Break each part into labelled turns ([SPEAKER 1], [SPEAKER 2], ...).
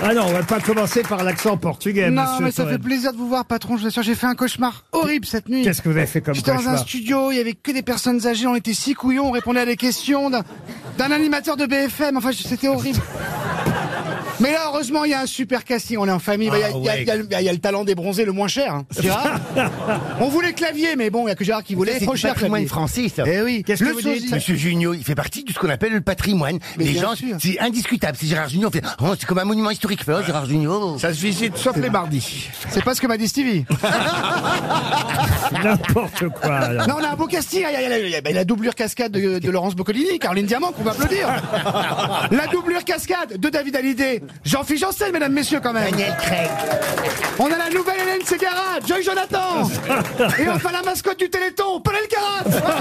[SPEAKER 1] Ah non, on va pas commencer par l'accent portugais,
[SPEAKER 2] Non,
[SPEAKER 1] Eh, monsieur
[SPEAKER 2] mais ça
[SPEAKER 1] Toen.
[SPEAKER 2] fait plaisir de vous voir, patron. Je vous assure, j'ai fait un cauchemar horrible cette nuit.
[SPEAKER 1] Qu'est-ce que vous avez fait comme
[SPEAKER 2] J'étais dans un
[SPEAKER 1] cauchemar
[SPEAKER 2] studio, il y avait que des personnes âgées, on était si couillons, on répondait à des questions d'un d'un animateur de BFM. Enfin, je- c'était horrible. Mais là, heureusement, il y a un super casting. On est en famille. Bah, Il y a-
[SPEAKER 1] Ah
[SPEAKER 2] il y, a- il y a le- il y a le talent des bronzés le moins cher. hein. Gérard. on voulait Clavier, mais bon, il y a que Gérard qui voulait. C'est trop cher.
[SPEAKER 3] patrimoine
[SPEAKER 2] Clavier.
[SPEAKER 3] français, ça.
[SPEAKER 2] Eh oui.
[SPEAKER 1] Qu'est-ce que
[SPEAKER 2] Le
[SPEAKER 1] vous dites
[SPEAKER 2] sosie.
[SPEAKER 3] Monsieur Junio, il fait partie de ce qu'on appelle le patrimoine.
[SPEAKER 2] Mais
[SPEAKER 3] les
[SPEAKER 2] bien
[SPEAKER 3] gens,
[SPEAKER 2] sûr.
[SPEAKER 3] c'est indiscutable. C'est Gérard Junio, on fait, oh, c'est comme un monument historique. Fait, oh, Gérard Junio.
[SPEAKER 4] Ça se visite sauf les mardis.
[SPEAKER 2] C'est pas ce que m'a dit Stevie.
[SPEAKER 1] N'importe quoi. alors.
[SPEAKER 2] Non, on a un beau casting. Il y a, il y a la- il y a- bah, la doublure cascade de, de Laurence Boccolini, Caroline Diamant, qu'on va applaudir. La doublure cascade de David Hallyday, Jean-Philippe Janssen, mesdames, messieurs, quand même.
[SPEAKER 3] Daniel Craig.
[SPEAKER 2] On a la nouvelle Hélène Ségara, Joy Jonathan. Et enfin la mascotte du Téléthon, Paul Elkarat. Voilà.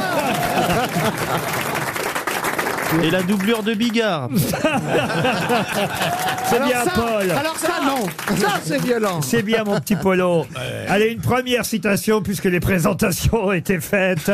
[SPEAKER 5] Et la doublure de Bigard.
[SPEAKER 1] C'est bien,
[SPEAKER 2] ça,
[SPEAKER 1] Paul.
[SPEAKER 2] alors ça, non. Ça, c'est violent.
[SPEAKER 1] C'est bien, mon petit Polo. Allez, une première citation, puisque les présentations ont été faites,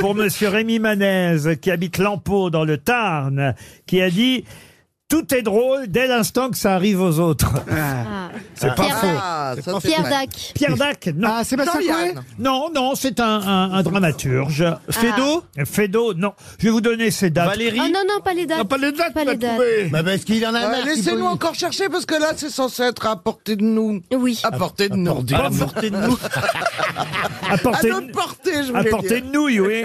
[SPEAKER 1] pour monsieur Rémi Manez, qui habite Lampeau, dans le Tarn, qui a dit « Tout est drôle dès l'instant que ça arrive aux autres
[SPEAKER 2] Ah.
[SPEAKER 4] C'est pas
[SPEAKER 6] Ah. Pierre-
[SPEAKER 4] faux.
[SPEAKER 6] Pierre Dac. ».
[SPEAKER 1] Pierre Dac, non.
[SPEAKER 2] Ah, Sébastien Coué
[SPEAKER 1] Non, non, c'est un, un- un dramaturge.
[SPEAKER 2] Ah.
[SPEAKER 5] Fédo
[SPEAKER 1] Fédo, non. Je vais vous donner ces dates.
[SPEAKER 5] Valérie
[SPEAKER 6] Oh non, non, pas les dates.
[SPEAKER 4] Ah, pas les dates,
[SPEAKER 6] Pas
[SPEAKER 4] tu l'as
[SPEAKER 6] les dates.
[SPEAKER 4] trouvé.
[SPEAKER 3] Bah, parce qu'il en a marre.
[SPEAKER 7] Ah, Laissez-nous encore chercher parce que là c'est censé être à portée de nous.
[SPEAKER 6] Oui.
[SPEAKER 7] À portée de nous.
[SPEAKER 5] à la portée de nous.
[SPEAKER 7] À
[SPEAKER 2] Ah,
[SPEAKER 1] Apportez,
[SPEAKER 7] notre portée, je voulais
[SPEAKER 1] apportez
[SPEAKER 7] dire.
[SPEAKER 1] une nouille, oui.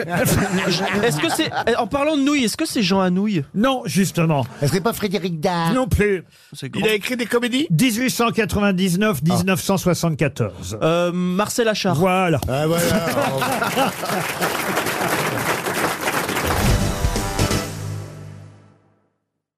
[SPEAKER 5] Est-ce que c'est eh, en parlant de nouilles, est-ce que c'est Jean Anouille
[SPEAKER 1] non, justement.
[SPEAKER 3] Ça serait pas Frédéric Dard.
[SPEAKER 1] Non plus.
[SPEAKER 5] C'est
[SPEAKER 4] Il a écrit des comédies
[SPEAKER 1] 1899-1974.
[SPEAKER 5] Euh. Marcel Achard.
[SPEAKER 1] Voilà.
[SPEAKER 3] Ah, voilà.